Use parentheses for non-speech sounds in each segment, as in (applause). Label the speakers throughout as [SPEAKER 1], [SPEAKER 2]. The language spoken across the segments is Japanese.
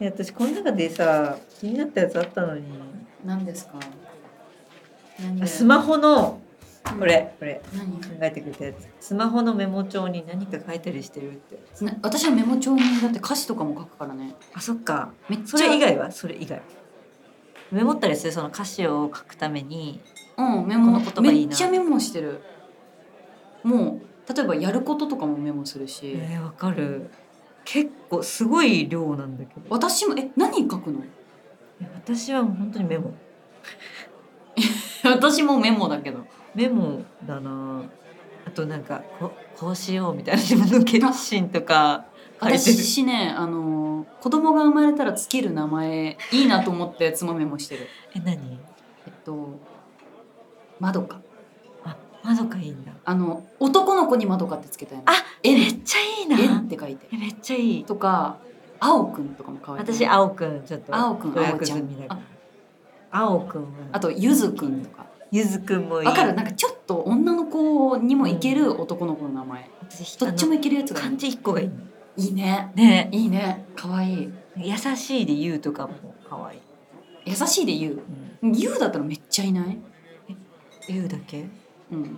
[SPEAKER 1] いや私この中でさ気になったやつあったのに
[SPEAKER 2] 何ですか何
[SPEAKER 1] あスマホのこれこれ
[SPEAKER 2] 何
[SPEAKER 1] 考えてくれたやつスマホのメモ帳に何か書いたりしてるって
[SPEAKER 2] な私はメモ帳にだって歌詞とかも書くからね
[SPEAKER 1] あそっか
[SPEAKER 2] めっち
[SPEAKER 1] そ
[SPEAKER 2] ゃ
[SPEAKER 1] れ以外はそれ以外メモったりするその歌詞を書くために
[SPEAKER 2] うんメモ
[SPEAKER 1] この言葉いいな
[SPEAKER 2] めっちゃメモしてるもう例えばやることとかもメモするし、
[SPEAKER 1] えーわ、かる結構すごい量なんだけど
[SPEAKER 2] 私もえ何書
[SPEAKER 1] (laughs)
[SPEAKER 2] くの
[SPEAKER 1] いや私はもう本当にメモ
[SPEAKER 2] 私もメモだけど
[SPEAKER 1] メモだなあとなんかここうしようみたいな自分の決心とか書いてる
[SPEAKER 2] 私ねあの子供が生まれたらつける名前いいなと思っていつもメモしてる
[SPEAKER 1] え何
[SPEAKER 2] えっとまどか
[SPEAKER 1] あまどかいいんだ
[SPEAKER 2] あの男の子にまどかってつけたいの
[SPEAKER 1] あ
[SPEAKER 2] え
[SPEAKER 1] め
[SPEAKER 2] ん
[SPEAKER 1] っちゃいい
[SPEAKER 2] えん
[SPEAKER 1] な
[SPEAKER 2] って書いて
[SPEAKER 1] えめっちゃいい
[SPEAKER 2] とか青くんとかも可愛い
[SPEAKER 1] 私青くんちょっと
[SPEAKER 2] 青くん
[SPEAKER 1] 予約済みだから青くんは
[SPEAKER 2] あとゆずくんとか
[SPEAKER 1] ゆずくんもいい
[SPEAKER 2] わかるなんかちょっと女の子にもいける男の子の名前、
[SPEAKER 1] 私
[SPEAKER 2] どっちもいけるやつ
[SPEAKER 1] あの
[SPEAKER 2] がい
[SPEAKER 1] 漢字一個がいいの
[SPEAKER 2] いいいね
[SPEAKER 1] ね
[SPEAKER 2] いいね可愛いい
[SPEAKER 1] 優しいで言うとかも可愛い
[SPEAKER 2] 優しいで言う
[SPEAKER 1] うん
[SPEAKER 2] 言うだったらめっちゃいない
[SPEAKER 1] 言うだけいる
[SPEAKER 2] うんうん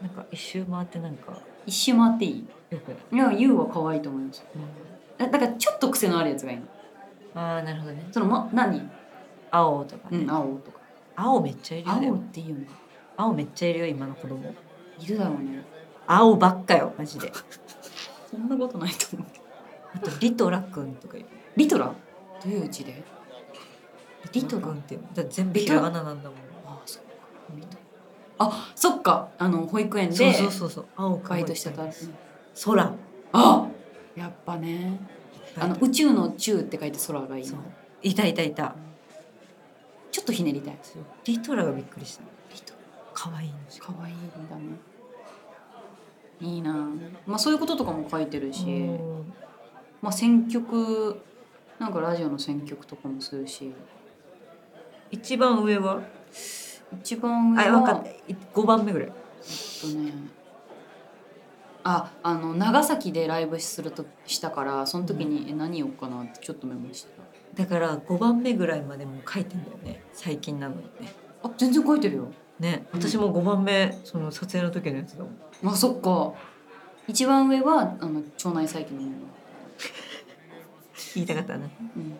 [SPEAKER 1] なんか一周回ってなんか
[SPEAKER 2] 一周回っていい
[SPEAKER 1] よくない、
[SPEAKER 2] いや言うは可愛いと思いますだだからちょっと癖のあるやつがいいの
[SPEAKER 1] ああなるほどね
[SPEAKER 2] そのま何
[SPEAKER 1] 青とか
[SPEAKER 2] う
[SPEAKER 1] ね、
[SPEAKER 2] ん青とか
[SPEAKER 1] 青めっちゃいるよね
[SPEAKER 2] 青っていうの
[SPEAKER 1] 青めっちゃいるよ今の子供
[SPEAKER 2] いるだろうね
[SPEAKER 1] 青ばっかよマジで
[SPEAKER 2] そんなことないと思うけど
[SPEAKER 1] あとリトラくんとかいる
[SPEAKER 2] リトラどういう字で
[SPEAKER 1] リトくんってだって全部ひらがななんだもん
[SPEAKER 2] あそっかリトラあそっかあの保育園
[SPEAKER 1] そう
[SPEAKER 2] で
[SPEAKER 1] そうそうそう青くん
[SPEAKER 2] バイトしてた
[SPEAKER 1] 空いっ
[SPEAKER 2] あやっぱね
[SPEAKER 1] ぱい
[SPEAKER 2] あの宇宙の宙って書いて空がいい
[SPEAKER 1] そう
[SPEAKER 2] の
[SPEAKER 1] いたいたいた
[SPEAKER 2] ちょっとひねりたい
[SPEAKER 1] そうリトラがびっくりした
[SPEAKER 2] リトラ
[SPEAKER 1] 可愛いのしか
[SPEAKER 2] かわいいんだねいいなまあそういうこととかも書いてるし、
[SPEAKER 1] うん
[SPEAKER 2] まあ選曲なんかラジオの選曲とかもするし
[SPEAKER 1] 一番上は
[SPEAKER 2] 一番
[SPEAKER 1] あ
[SPEAKER 2] 上は
[SPEAKER 1] 分かったい五番目ぐらい
[SPEAKER 2] えっとねああの長崎でライブするとしたからその時に、え何言おうかなってちょっとメモして
[SPEAKER 1] だから五番目ぐらいまでもう書いてんだよね最近なのにね
[SPEAKER 2] たあ全然書いてるよ
[SPEAKER 1] ね
[SPEAKER 2] うん
[SPEAKER 1] 私も五番目その撮影の時のやつだもん
[SPEAKER 2] あそっか一番上はあの腸内細菌のもの、
[SPEAKER 1] 言いたかったな
[SPEAKER 2] うん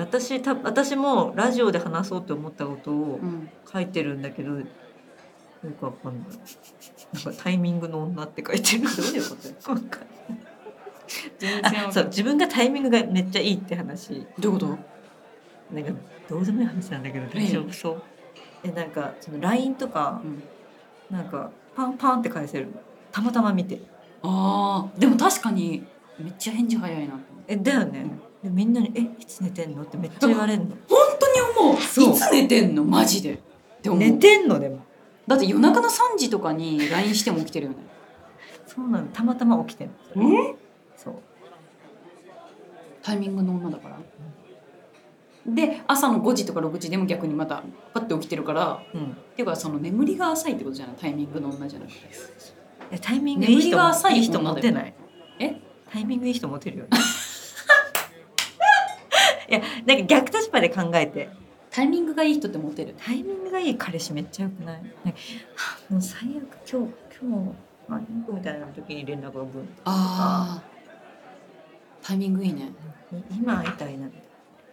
[SPEAKER 1] 私た私もラジオで話そうと思ったことを
[SPEAKER 2] うん、
[SPEAKER 1] 書いてるんだけどよくわかんないなんかタイミングの女って書いてる
[SPEAKER 2] どういうこと
[SPEAKER 1] わかんない
[SPEAKER 2] 全
[SPEAKER 1] (laughs)
[SPEAKER 2] 然
[SPEAKER 1] あそう自分がタイミングがめっちゃいいって話
[SPEAKER 2] どういうこと
[SPEAKER 1] なんかどうでもいい話なんだけど大丈夫そうえなんかその LINE とか
[SPEAKER 2] うん、
[SPEAKER 1] なんかパンパンって返せるたまたま見て
[SPEAKER 2] あーでも確かにめっちゃ返事早いなと思って
[SPEAKER 1] えだよねでみんなに「えいつ寝てんの?」ってめっちゃ言われるの
[SPEAKER 2] 本当に思う
[SPEAKER 1] そう
[SPEAKER 2] いつ寝てんのマジでって思う
[SPEAKER 1] 寝てんのでも
[SPEAKER 2] だって夜中の3時とかに LINE しても起きてるよね
[SPEAKER 1] そうなのたまたま起きてる
[SPEAKER 2] ん
[SPEAKER 1] そう
[SPEAKER 2] タイミングの女だからで朝の5時とか6時でも逆にまたパッて起きてるから
[SPEAKER 1] うん
[SPEAKER 2] っていうかその眠りが浅いってことじゃないタイミングの女じゃなくて
[SPEAKER 1] いやタイミングいい
[SPEAKER 2] 眠り
[SPEAKER 1] 人
[SPEAKER 2] が浅
[SPEAKER 1] もい
[SPEAKER 2] い
[SPEAKER 1] い人
[SPEAKER 2] 女
[SPEAKER 1] 持
[SPEAKER 2] だ
[SPEAKER 1] て
[SPEAKER 2] よ
[SPEAKER 1] ない
[SPEAKER 2] え
[SPEAKER 1] タイミングいい人持てるよね (laughs) いやなんか逆立場で考えて
[SPEAKER 2] タイミングがいい人ってモテる
[SPEAKER 1] タイミングがいい彼氏めっちゃよくないなんかはあもう最悪今日今日あいい子みたいな時に連絡がぶん
[SPEAKER 2] あータイミングいいね
[SPEAKER 1] 今会いたいなみたい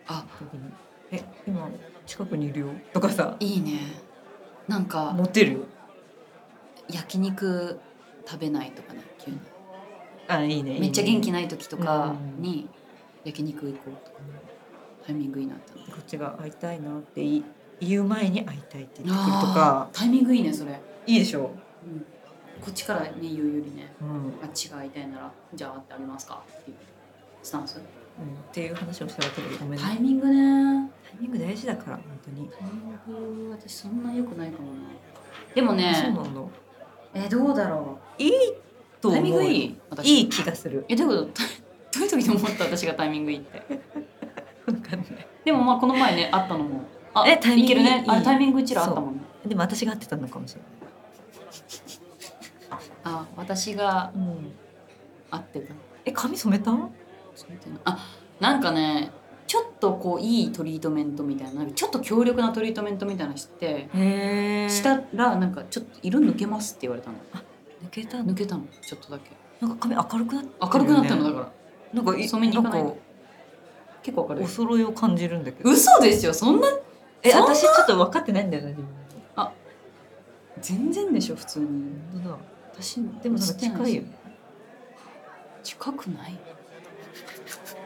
[SPEAKER 2] あ
[SPEAKER 1] な時にえ今近くにいるよとかさ
[SPEAKER 2] いいねなんか
[SPEAKER 1] モテるよ
[SPEAKER 2] 焼肉食べないとかね急に
[SPEAKER 1] あいいねいいね
[SPEAKER 2] めっちゃ元気ない時とかに焼肉行こうとかタイミングいいなって思う
[SPEAKER 1] こっちが会いたいなってい言う前に会いたいって言ってくると
[SPEAKER 2] あ
[SPEAKER 1] か
[SPEAKER 2] ータイミングいいねそれ、
[SPEAKER 1] いいでしょ
[SPEAKER 2] うんこっちからね言うよりね
[SPEAKER 1] う、うん
[SPEAKER 2] あっちが会いたいならじゃあ会ってあげますかっていうスタンス
[SPEAKER 1] うん、っていう話をしただけでごめんね
[SPEAKER 2] タイミングね
[SPEAKER 1] タイミング大事だから本当に、
[SPEAKER 2] タイミング私そんな良くないかもなでも
[SPEAKER 1] そう
[SPEAKER 2] ね
[SPEAKER 1] なんだ
[SPEAKER 2] えーどうだろ
[SPEAKER 1] いいと
[SPEAKER 2] う
[SPEAKER 1] 思
[SPEAKER 2] タイ
[SPEAKER 1] う
[SPEAKER 2] ミングいい私
[SPEAKER 1] いい気がする
[SPEAKER 2] えどういうこと (laughs) どういう時に思った私がタイミングいい (laughs) って
[SPEAKER 1] わかんない
[SPEAKER 2] でもまあこの前ね会ったのもあ
[SPEAKER 1] えタイミング
[SPEAKER 2] いけるねあ
[SPEAKER 1] いい
[SPEAKER 2] タイミングうちらあったもんね
[SPEAKER 1] でも私が合ってたのかもしれ
[SPEAKER 2] あ私が
[SPEAKER 1] ない、うん、
[SPEAKER 2] 会ってた
[SPEAKER 1] え髪染めた
[SPEAKER 2] それってなあなんかねちょっとこういいトリートメントみたいななんかちょっと強力なトリートメントみたいなのして
[SPEAKER 1] へえ
[SPEAKER 2] したらなんかちょっと色抜けますって言われたの
[SPEAKER 1] 抜けたの
[SPEAKER 2] 抜けたのちょっとだけ
[SPEAKER 1] なんか髪明るくなって
[SPEAKER 2] 明るくなったのだ
[SPEAKER 1] か
[SPEAKER 2] から
[SPEAKER 1] なんかい
[SPEAKER 2] 染めに行かない
[SPEAKER 1] んか
[SPEAKER 2] 結構明るい
[SPEAKER 1] お揃いを感じるんだけど
[SPEAKER 2] 嘘ですよそんな
[SPEAKER 1] え
[SPEAKER 2] そんな
[SPEAKER 1] 私ちょっと分かってないんだよね自分
[SPEAKER 2] 全然でしょ普通に
[SPEAKER 1] 本当だ
[SPEAKER 2] 私
[SPEAKER 1] でもなんか近いよ
[SPEAKER 2] ね近くない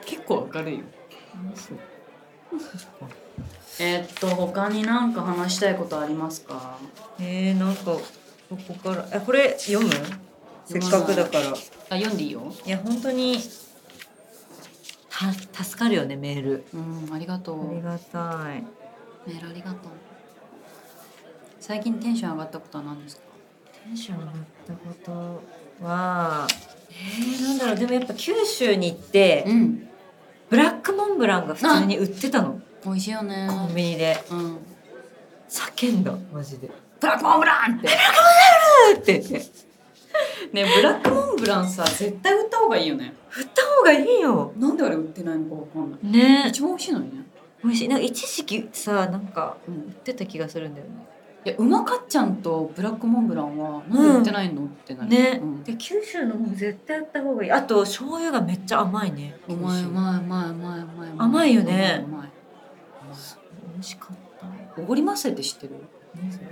[SPEAKER 2] 結構明るいよ
[SPEAKER 1] そう
[SPEAKER 2] えーっと他に何か話したいことありますか
[SPEAKER 1] えー、なんかここからえこれ読むせっかくだから
[SPEAKER 2] あ読んでいいよ
[SPEAKER 1] いや本当にた助かるよねメール
[SPEAKER 2] うんありがとう
[SPEAKER 1] ありがたい
[SPEAKER 2] メールありがとう最近テンション上がったことは何ですか
[SPEAKER 1] テンション上がったことはえー、なんだろうでもやっぱ九州に行って
[SPEAKER 2] うん
[SPEAKER 1] ブラックモンブランが普通に売ってたの
[SPEAKER 2] 美味しいよね
[SPEAKER 1] コンビニで
[SPEAKER 2] うん
[SPEAKER 1] 叫んだマジで
[SPEAKER 2] ブラックモンブランって
[SPEAKER 1] うって言って
[SPEAKER 2] (laughs) ねブラックモンブランさ絶対売った方がいいよね
[SPEAKER 1] 振った方がいいよ
[SPEAKER 2] なんであれ売ってないのかわかんない
[SPEAKER 1] ね
[SPEAKER 2] 一番美味しいのにね
[SPEAKER 1] 美味しいなんか一時期さなんか
[SPEAKER 2] うん
[SPEAKER 1] 売ってた気がするんだよね
[SPEAKER 2] いやうまかっちゃんとブラックモンブランはなんで売ってないの、ってなる
[SPEAKER 1] ね、
[SPEAKER 2] うん
[SPEAKER 1] で九州のも絶対やった方がいいあと醤油がめっちゃ甘いね
[SPEAKER 2] うまいうまいうまいうまいうまいうま
[SPEAKER 1] 甘いよね
[SPEAKER 2] うまいうまい
[SPEAKER 1] 美味しかった
[SPEAKER 2] おごりまっせって知ってる
[SPEAKER 1] 何それ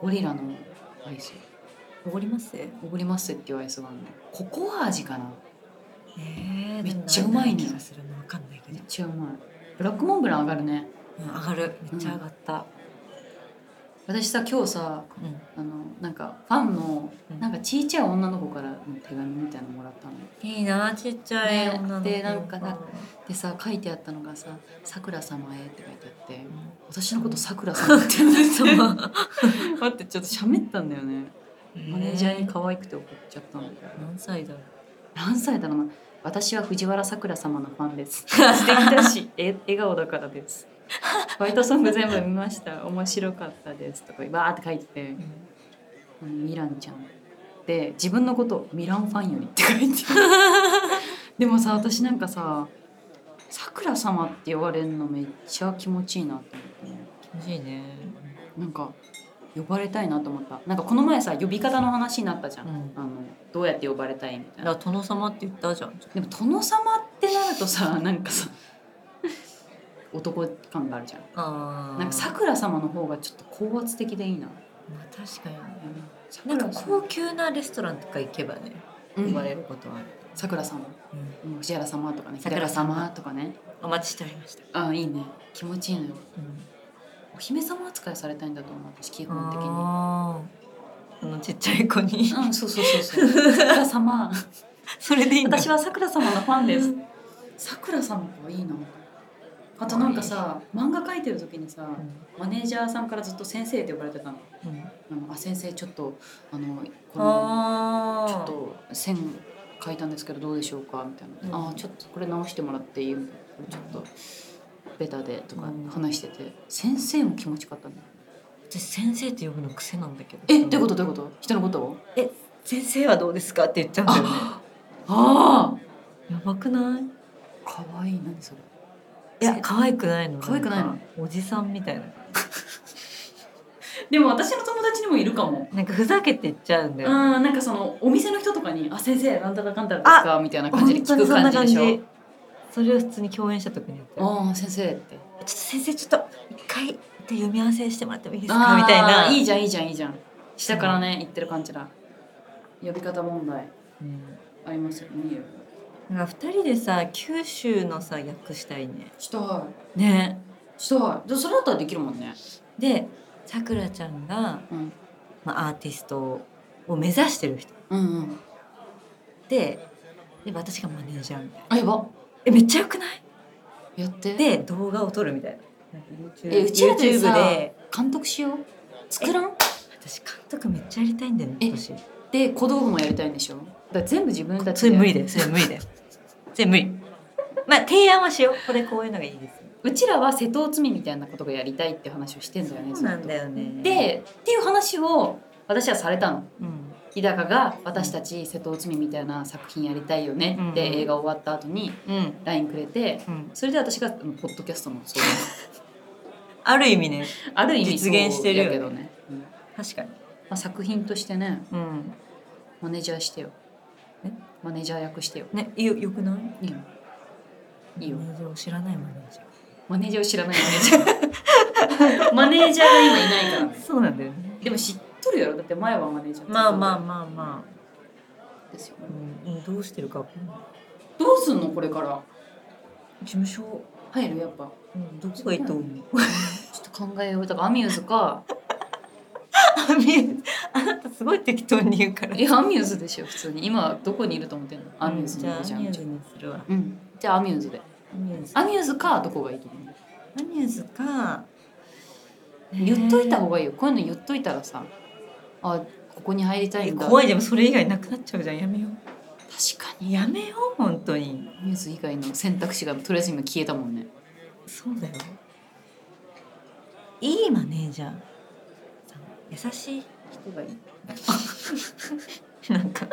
[SPEAKER 2] ゴリラのアイス
[SPEAKER 1] おごります
[SPEAKER 2] おごりまっせっていうアイスがあるのココア味かな
[SPEAKER 1] え
[SPEAKER 2] めっちゃうまいね
[SPEAKER 1] 気がするのわかんないけ
[SPEAKER 2] めっ
[SPEAKER 1] ど、
[SPEAKER 2] ちゃうまいブラックモンブラン上がるね
[SPEAKER 1] うん、上がるめっちゃ上がった、
[SPEAKER 2] 私さ今日さ
[SPEAKER 1] うん
[SPEAKER 2] あのなんかファンの
[SPEAKER 1] うん
[SPEAKER 2] なんかちいちゃい女の子からの手紙みたいなのもらったの
[SPEAKER 1] いいなちっちゃい
[SPEAKER 2] ね
[SPEAKER 1] 女の子
[SPEAKER 2] でなんかなでさ書いてあったのがさ「さくら様へ」って書いてあって
[SPEAKER 1] う
[SPEAKER 2] 私のことさくら様って言
[SPEAKER 1] (laughs)
[SPEAKER 2] うんですよ
[SPEAKER 1] ん
[SPEAKER 2] 待ってちょっと喋ったんだよねマネージャーに可愛くて怒っちゃったんだけど
[SPEAKER 1] 何歳だろう
[SPEAKER 2] 何歳だろうな私は藤原さくら様のファンです素敵だしえ笑顔だからですファイトソング全部見ました面白かったですとかバーって書いててあのミランちゃんで自分のことをミランファンよりって書いてあるでもさ私なんかささくら様って呼ばれるのめっちゃ気持ちいいなって思ってね
[SPEAKER 1] (laughs) 気持ちいいね
[SPEAKER 2] なんか呼ばれたいなと思ったなんかこの前さ呼び方の話になったじゃん、
[SPEAKER 1] うん
[SPEAKER 2] あのどうやって呼ばれたいみた
[SPEAKER 1] だ
[SPEAKER 2] い
[SPEAKER 1] から
[SPEAKER 2] な
[SPEAKER 1] 殿様って言ったじゃん
[SPEAKER 2] でも殿様ってなるとさなんかさ男感があるじゃん
[SPEAKER 1] あー
[SPEAKER 2] なんかさくら様の方がちょっと高圧的でいいな、
[SPEAKER 1] まあ確かにね
[SPEAKER 2] さ
[SPEAKER 1] な
[SPEAKER 2] く
[SPEAKER 1] ん
[SPEAKER 2] ら
[SPEAKER 1] か
[SPEAKER 2] 様
[SPEAKER 1] 高級なレストランとか行けばね
[SPEAKER 2] うん
[SPEAKER 1] 呼ばれることはある、
[SPEAKER 2] さくら様
[SPEAKER 1] うん
[SPEAKER 2] うん藤原様とかね
[SPEAKER 1] さくら様
[SPEAKER 2] 藤原とかね
[SPEAKER 1] お待ちしておりました、
[SPEAKER 2] あいいね気持ちいいのよ
[SPEAKER 1] うん
[SPEAKER 2] お姫様扱いされたいんだと思う私基本的に
[SPEAKER 1] あーあのちっちゃい子に
[SPEAKER 2] うんそうそうそうそうさくら様
[SPEAKER 1] (laughs) それでいいんだ
[SPEAKER 2] 私はさくら様のファンです
[SPEAKER 1] う
[SPEAKER 2] さくら様かいいなあとなんかさ漫画描いてる時にさ
[SPEAKER 1] ん
[SPEAKER 2] マネージャーさんからずっと先生って呼ばれてたの
[SPEAKER 1] うん
[SPEAKER 2] あのあ先生ちょっとあのこの
[SPEAKER 1] あ
[SPEAKER 2] ちょ
[SPEAKER 1] ー
[SPEAKER 2] っと線描いたんですけどどうでしょうかみたいな、
[SPEAKER 1] うん
[SPEAKER 2] あーちょっとこれ直してもらっていいみたいなちょっとベタでとか話してて、先生も気持ちよかったね
[SPEAKER 1] 私先生って呼ぶの癖なんだけど
[SPEAKER 2] えどういうことどういうこと人のことを
[SPEAKER 1] 先生はどうですかって言っちゃうんだよね
[SPEAKER 2] あ
[SPEAKER 1] やばくない
[SPEAKER 2] あかわいい何それ
[SPEAKER 1] いや可愛くないの
[SPEAKER 2] 可愛くないの
[SPEAKER 1] んかおじさんみたいな
[SPEAKER 2] でも私の友達にもいるかも
[SPEAKER 1] なんかふざけて言っちゃうんだ
[SPEAKER 2] うん
[SPEAKER 1] よね
[SPEAKER 2] なんかそのお店の人とかに「あ先生なんたらかんたらですか?」みたいな感じで聞く感じでしょ
[SPEAKER 1] それを普通に共演した時に言ってちょっ
[SPEAKER 2] ああ先生って
[SPEAKER 1] と先生ちょっと一回って読み合わせしてもらってもいいです
[SPEAKER 2] あ
[SPEAKER 1] か
[SPEAKER 2] ー
[SPEAKER 1] みたいない
[SPEAKER 2] いじゃんいいじゃんいいじゃん下からね言ってる感じだ呼び方問題
[SPEAKER 1] うん
[SPEAKER 2] ありますよね
[SPEAKER 1] なんか二人でさ九州のさ訳したいね
[SPEAKER 2] したい
[SPEAKER 1] ね
[SPEAKER 2] したいでそれだったらできるもんね
[SPEAKER 1] でさくらちゃんが、
[SPEAKER 2] うん
[SPEAKER 1] まあ、アーティストを目指してる人
[SPEAKER 2] うんうん
[SPEAKER 1] でで私がマネージャーみたいな
[SPEAKER 2] あやば
[SPEAKER 1] えめっちゃよくない
[SPEAKER 2] やって
[SPEAKER 1] で動画を撮るみたいななんか YouTube
[SPEAKER 2] えうちらでさ
[SPEAKER 1] YouTube で
[SPEAKER 2] 監督しよう作らん
[SPEAKER 1] 私監督めっちゃやりたいんだよね
[SPEAKER 2] え
[SPEAKER 1] 今年
[SPEAKER 2] で小道具もやりたいんでしょだから全部自分たち
[SPEAKER 1] それ無理だよそれ無理だよそれ無理まあ提案はしようこれこういうのがいいです
[SPEAKER 2] うちらは瀬戸内海みたいなことがやりたいって話をしてんだよね
[SPEAKER 1] そうなんだよね
[SPEAKER 2] ずっとでっていう話を私はされたの
[SPEAKER 1] うん
[SPEAKER 2] 日高が私たち瀬戸内海みたいな作品やりたいよねっ
[SPEAKER 1] うんうん
[SPEAKER 2] て映画終わった後に
[SPEAKER 1] うん。
[SPEAKER 2] LINE くれて
[SPEAKER 1] うん。
[SPEAKER 2] それで私があのポッドキャストのそう
[SPEAKER 1] ある意味ね。
[SPEAKER 2] (laughs) ある意味
[SPEAKER 1] 実現してるよね
[SPEAKER 2] そうやけどね、うんま
[SPEAKER 1] 確かに。
[SPEAKER 2] あ、作品としてね
[SPEAKER 1] うん。
[SPEAKER 2] マネージャーしてよ
[SPEAKER 1] え
[SPEAKER 2] マネージャー役してよ
[SPEAKER 1] ね、よ、よくない
[SPEAKER 2] いいよいいよ
[SPEAKER 1] マネージャーを知らないマネージャ
[SPEAKER 2] マネージャーを知らないマネージ (laughs) ャーマネージャーが今いないからね
[SPEAKER 1] ー。そうなんだよね。
[SPEAKER 2] でも知っとるやろだって前はマネージャー
[SPEAKER 1] まあまあまあま
[SPEAKER 2] あですよ
[SPEAKER 1] あ。うん、どうしてるかわかんない。
[SPEAKER 2] どうすんのこれから
[SPEAKER 1] 事務所、
[SPEAKER 2] 入るやっぱ
[SPEAKER 1] うん、どこがいいと思う
[SPEAKER 2] ちょっと考えようだからアミューズか
[SPEAKER 1] あ見えるあなたすごい適当に言うから。
[SPEAKER 2] (laughs) えアミューズでしょ普通に今どこにいると思ってんのアミューズ
[SPEAKER 1] じ
[SPEAKER 2] の
[SPEAKER 1] ゃあ
[SPEAKER 2] 方じ
[SPEAKER 1] ア
[SPEAKER 2] ゃ
[SPEAKER 1] ミューズ
[SPEAKER 2] ん
[SPEAKER 1] にするわ。
[SPEAKER 2] うんじゃあアミューズで
[SPEAKER 1] アミューズ。
[SPEAKER 2] アミューズかどこがいいと思う
[SPEAKER 1] アミューズか。
[SPEAKER 2] 言っといた方がいいよこういうの言っといたらさあここに入りたい
[SPEAKER 1] え
[SPEAKER 2] んだ
[SPEAKER 1] 怖
[SPEAKER 2] い
[SPEAKER 1] いでもそれ以外なくなっちゃうじゃんやめよ
[SPEAKER 2] 確か
[SPEAKER 1] うやめよう本当に
[SPEAKER 2] にアミューズ以外の選択肢がとりあえず今消えたもんね
[SPEAKER 1] そうだよいいマネージャーさん優しい
[SPEAKER 2] 人がいい
[SPEAKER 1] なん
[SPEAKER 2] (laughs)
[SPEAKER 1] か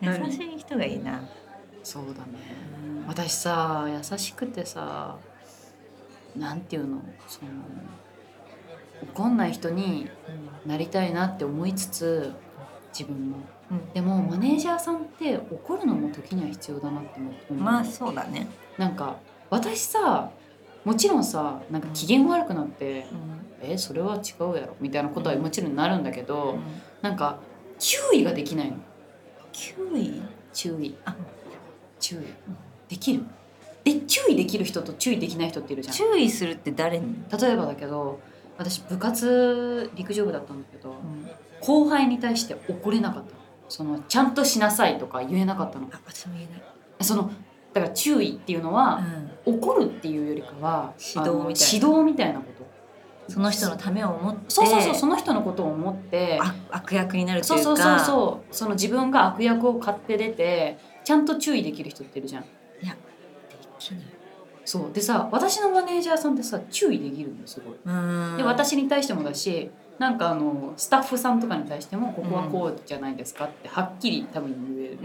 [SPEAKER 2] 何
[SPEAKER 1] 優しい人がいいな
[SPEAKER 2] そうだね私さ優しくてさなんていうのその怒んない人になりたいなって思いつつ自分も
[SPEAKER 1] うん
[SPEAKER 2] でもマネージャーさんって怒るのも時には必要だなって思う
[SPEAKER 1] まあそうだね
[SPEAKER 2] なんか私さもちろんさなんか機嫌悪くなって
[SPEAKER 1] うん
[SPEAKER 2] 「えそれは違うやろ」みたいなことはもちろんなるんだけどなんか注意ができないの
[SPEAKER 1] 9位
[SPEAKER 2] 注意
[SPEAKER 1] あ
[SPEAKER 2] 注意できるで注意できる人と注意できない人っているじゃん
[SPEAKER 1] 注意するって誰に
[SPEAKER 2] 例えばだけど私部活陸上部だったんだけど
[SPEAKER 1] うん
[SPEAKER 2] 後輩に対して怒れなかったのそのちゃんとしなさいとか言えなかったの
[SPEAKER 1] あ私も言えない
[SPEAKER 2] そのだから注意っていうのは、
[SPEAKER 1] うん
[SPEAKER 2] 怒るっていうよりかは
[SPEAKER 1] 指導
[SPEAKER 2] あの
[SPEAKER 1] みたいな
[SPEAKER 2] 指導みたいなこと
[SPEAKER 1] その人のためを思って
[SPEAKER 2] そうそうそうその人のことを思って
[SPEAKER 1] あ悪役になると
[SPEAKER 2] そ
[SPEAKER 1] いううか
[SPEAKER 2] そうそうそうその自分が悪役を買って出てちゃんと注意できる人っているじゃん
[SPEAKER 1] いやできない
[SPEAKER 2] そうでさ私のマネージャーさんってさ注意できるのすごい。
[SPEAKER 1] うん
[SPEAKER 2] で私に対してもだしなんかあのスタッフさんとかに対しても「ここはこうじゃないですか」ってはっきり多分言える。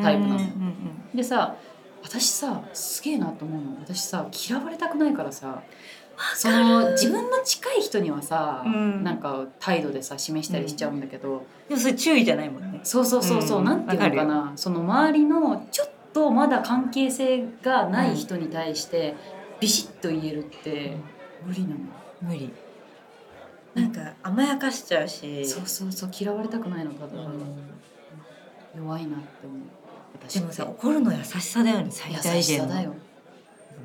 [SPEAKER 1] タ
[SPEAKER 2] イプなの
[SPEAKER 1] うん
[SPEAKER 2] よ
[SPEAKER 1] うん
[SPEAKER 2] でさ私さすげえなと思うの私さ嫌われたくないからさその自分の近い人にはさ、
[SPEAKER 1] うん
[SPEAKER 2] なんか態度でさ示したりしちゃうんだけど、
[SPEAKER 1] でもそれ注意じゃないもんね
[SPEAKER 2] そうそうそうそう、
[SPEAKER 1] うん
[SPEAKER 2] なんていうのかなその周りのちょっとまだ関係性がない人に対してビシッと言えるって無理なの。
[SPEAKER 1] 無理なんか甘やかしちゃうし
[SPEAKER 2] そうそうそう嫌われたくないのただただ、
[SPEAKER 1] うん
[SPEAKER 2] 弱いなって思う
[SPEAKER 1] で
[SPEAKER 2] 私
[SPEAKER 1] もさ怒るの優しさだよね最大
[SPEAKER 2] 優し
[SPEAKER 1] 限
[SPEAKER 2] さ
[SPEAKER 1] の
[SPEAKER 2] だよ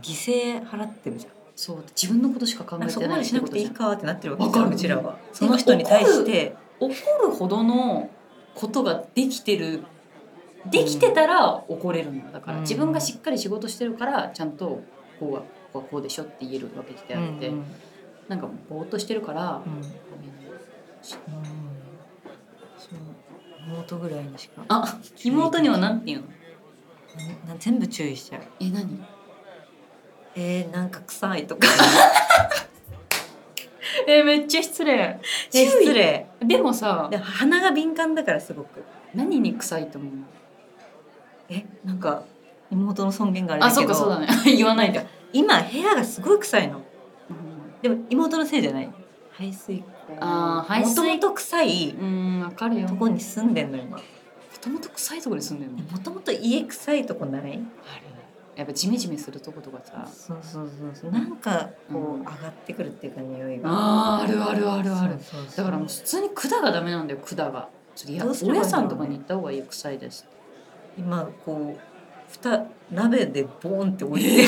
[SPEAKER 1] 犠牲払ってるじゃん
[SPEAKER 2] そう自分のことしか考
[SPEAKER 1] なんか
[SPEAKER 2] え
[SPEAKER 1] そ
[SPEAKER 2] て
[SPEAKER 1] こ
[SPEAKER 2] な
[SPEAKER 1] ま
[SPEAKER 2] い
[SPEAKER 1] で
[SPEAKER 2] っ
[SPEAKER 1] してな
[SPEAKER 2] こ
[SPEAKER 1] く
[SPEAKER 2] と
[SPEAKER 1] てい
[SPEAKER 2] じ
[SPEAKER 1] い
[SPEAKER 2] ゃん
[SPEAKER 1] かってなってるわけじゃん
[SPEAKER 2] わか
[SPEAKER 1] う
[SPEAKER 2] る
[SPEAKER 1] ちらはその人に対して
[SPEAKER 2] 怒るほどのことができてるできてたら怒れるんだだから、
[SPEAKER 1] うん
[SPEAKER 2] 自分がしっかり仕事してるからちゃんとこうはこうはこうでしょって言えるわけであって、
[SPEAKER 1] うん
[SPEAKER 2] なんかぼーっとしてるから、
[SPEAKER 1] うんうん
[SPEAKER 2] ごめんね
[SPEAKER 1] そう妹ぐらいにしか
[SPEAKER 2] あ妹にはなんて言うの
[SPEAKER 1] なな全部注意しちゃう
[SPEAKER 2] え何
[SPEAKER 1] えー、なんか臭いと (laughs) か
[SPEAKER 2] えめっちゃ失礼
[SPEAKER 1] え失礼
[SPEAKER 2] でもさ
[SPEAKER 1] で鼻が敏感だからすごく
[SPEAKER 2] 何に臭いと思うの
[SPEAKER 1] えなんか妹の尊厳があれ
[SPEAKER 2] あ
[SPEAKER 1] だ
[SPEAKER 2] そ
[SPEAKER 1] け
[SPEAKER 2] う
[SPEAKER 1] ど
[SPEAKER 2] かそうだね (laughs) 言わないで、
[SPEAKER 1] 今部屋がすごい臭いの
[SPEAKER 2] うん
[SPEAKER 1] でも妹のせいじゃない排水口
[SPEAKER 2] あー排水
[SPEAKER 1] もともと臭いう
[SPEAKER 2] ーん、わかるよ。
[SPEAKER 1] と
[SPEAKER 2] も
[SPEAKER 1] こに住んでんの今
[SPEAKER 2] ともと臭いところに住んでるの。
[SPEAKER 1] もともと家臭いとこない
[SPEAKER 2] ある。やっぱジメジメするとことかさ。
[SPEAKER 1] そうそうそうそうなんかこう
[SPEAKER 2] うん
[SPEAKER 1] 上がってくるっていうか匂いが
[SPEAKER 2] ああ、あるあるあるある。
[SPEAKER 1] そうそうそ
[SPEAKER 2] だ
[SPEAKER 1] う
[SPEAKER 2] からもう普通に管がダメなんだよ、管が。それや
[SPEAKER 1] どうすれ
[SPEAKER 2] お
[SPEAKER 1] ばいい
[SPEAKER 2] 屋
[SPEAKER 1] の
[SPEAKER 2] さんとかに行った方がいいよ、臭いです。
[SPEAKER 1] 今こう蓋鍋でボーンって置いて
[SPEAKER 2] (laughs)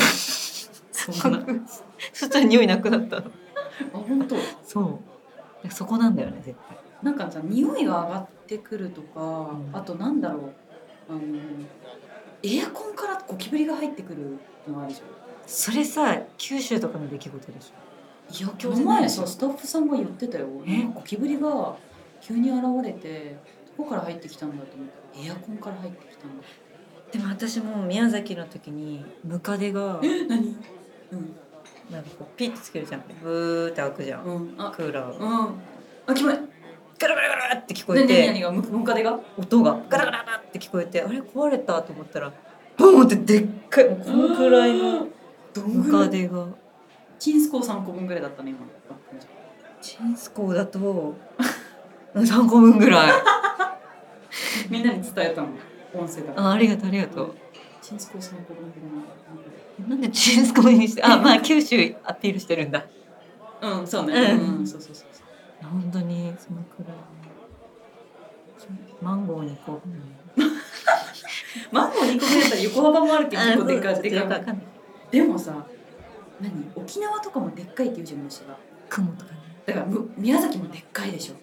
[SPEAKER 1] そ。 (laughs)
[SPEAKER 2] そ
[SPEAKER 1] したら匂いなくなったの
[SPEAKER 2] あ、本当。
[SPEAKER 1] そうそこなんだよね絶対
[SPEAKER 2] なんかさ、匂いが上がってくるとか
[SPEAKER 1] う、ん
[SPEAKER 2] あとなんだろう。あの、エアコンからゴキブリが入ってくるのあるじゃん。
[SPEAKER 1] それさ九州とかの出来事でしょ
[SPEAKER 2] いや
[SPEAKER 1] 今
[SPEAKER 2] 今
[SPEAKER 1] 日ね
[SPEAKER 2] 日前さスタッフさんが言ってたよ
[SPEAKER 1] え
[SPEAKER 2] ゴキブリが急に現れてどこから入ってきたんだと思ったらエアコンから入ってきたんだ
[SPEAKER 1] でも私も宮崎の時にムカデが
[SPEAKER 2] え何うん
[SPEAKER 1] なんかこうピッてつけるじゃんブーって開くじゃん
[SPEAKER 2] うんあ
[SPEAKER 1] クーラー
[SPEAKER 2] うんあキモい
[SPEAKER 1] ガラガラガラガラって聞こえ
[SPEAKER 2] 何
[SPEAKER 1] て
[SPEAKER 2] 何がムムカデが
[SPEAKER 1] 音がガラガラガラって聞こえてあれ壊れたと思ったらボーンってでっかいもうこのくらいの
[SPEAKER 2] どん
[SPEAKER 1] ム
[SPEAKER 2] ぐら
[SPEAKER 1] カ
[SPEAKER 2] い
[SPEAKER 1] デが
[SPEAKER 2] チンスコー3個分ぐらいだったね
[SPEAKER 1] (laughs)
[SPEAKER 2] 今
[SPEAKER 1] チンスコーだと3個分ぐらい
[SPEAKER 2] みんなに伝えたの音声だから
[SPEAKER 1] あありがとうありがとう
[SPEAKER 2] チンスコー3個分ぐ
[SPEAKER 1] なんでチンスコーにしてあまあ九州アピールしてるんだ
[SPEAKER 2] らいうんそうね
[SPEAKER 1] うん
[SPEAKER 2] うんそうそうそうそう
[SPEAKER 1] 本当にそのくらいマンゴーにこう、
[SPEAKER 2] マンゴー2個分やったら横幅もあるって結構でかいで
[SPEAKER 1] で
[SPEAKER 2] か
[SPEAKER 1] か
[SPEAKER 2] い
[SPEAKER 1] か
[SPEAKER 2] でもさ何沖縄とかもでっかいって言うじゃん虫が
[SPEAKER 1] 雲とかね
[SPEAKER 2] だからむ宮崎もでっかいでしょ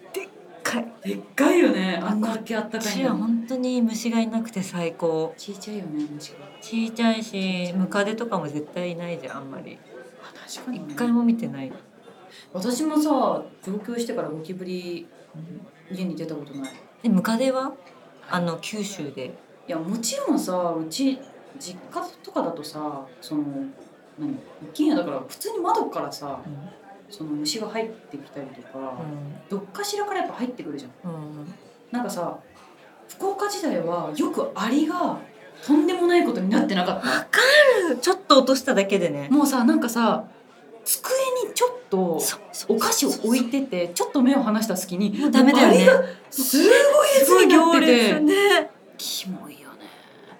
[SPEAKER 1] かい
[SPEAKER 2] でっかいよねあんだけあったかい
[SPEAKER 1] 私は
[SPEAKER 2] の
[SPEAKER 1] 本当に虫がいなくて最高
[SPEAKER 2] ちいちゃいよね虫が
[SPEAKER 1] ちいちゃいしムカデとかも絶対いないじゃんあんまり
[SPEAKER 2] 確かに、
[SPEAKER 1] 一回も見てない、
[SPEAKER 2] 私もさ上京してからゴキブリ家に出たことないい
[SPEAKER 1] でムカデはあの九州で
[SPEAKER 2] やもちろんさうち実家とかだとさその何一軒家だから普通に窓からさ
[SPEAKER 1] うん
[SPEAKER 2] その虫が入ってきたりとか、どっかしらからやっぱ入ってくるじゃん
[SPEAKER 1] うん、
[SPEAKER 2] なんかさ福岡時代はよくアリがとんでもないことになってなかった
[SPEAKER 1] うん、ちょっと落としただけでね
[SPEAKER 2] もうさなんかさ机にちょっと
[SPEAKER 1] そうそう
[SPEAKER 2] お菓子を置いててちょっと目を離した隙に
[SPEAKER 1] もうダメだよね
[SPEAKER 2] アリがすごい列になってて
[SPEAKER 1] ね
[SPEAKER 2] キモいよね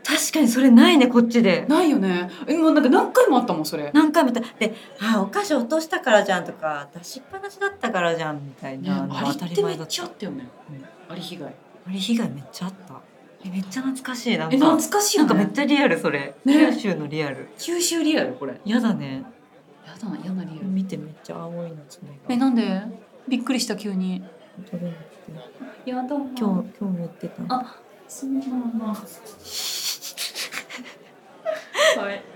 [SPEAKER 1] 確かにそれないねこっちで
[SPEAKER 2] ないよねえもうなんか何回もあったもんそれ
[SPEAKER 1] 何回も言ったで「あお菓子落としたからじゃん」とか「出しっぱなしだったからじゃん」みたい
[SPEAKER 2] ね
[SPEAKER 1] な、
[SPEAKER 2] アリってめっちゃあ
[SPEAKER 1] ゃ
[SPEAKER 2] ったよね、アリ被害
[SPEAKER 1] あれ被害めっちゃあったえめっちゃ懐かしいなんか
[SPEAKER 2] え懐かしい
[SPEAKER 1] な
[SPEAKER 2] よ
[SPEAKER 1] ん
[SPEAKER 2] ね
[SPEAKER 1] かめっちゃリアルそれ、
[SPEAKER 2] ね
[SPEAKER 1] 九州のリアル
[SPEAKER 2] 九州リアルこれや
[SPEAKER 1] やだね
[SPEAKER 2] だな嫌なリアル、
[SPEAKER 1] 見てめっちゃ青いのつないが
[SPEAKER 2] えなんでびっくりした急に
[SPEAKER 1] 取れなくて
[SPEAKER 2] やだ今
[SPEAKER 1] 今日今日持ってた
[SPEAKER 2] あそのまま。はい。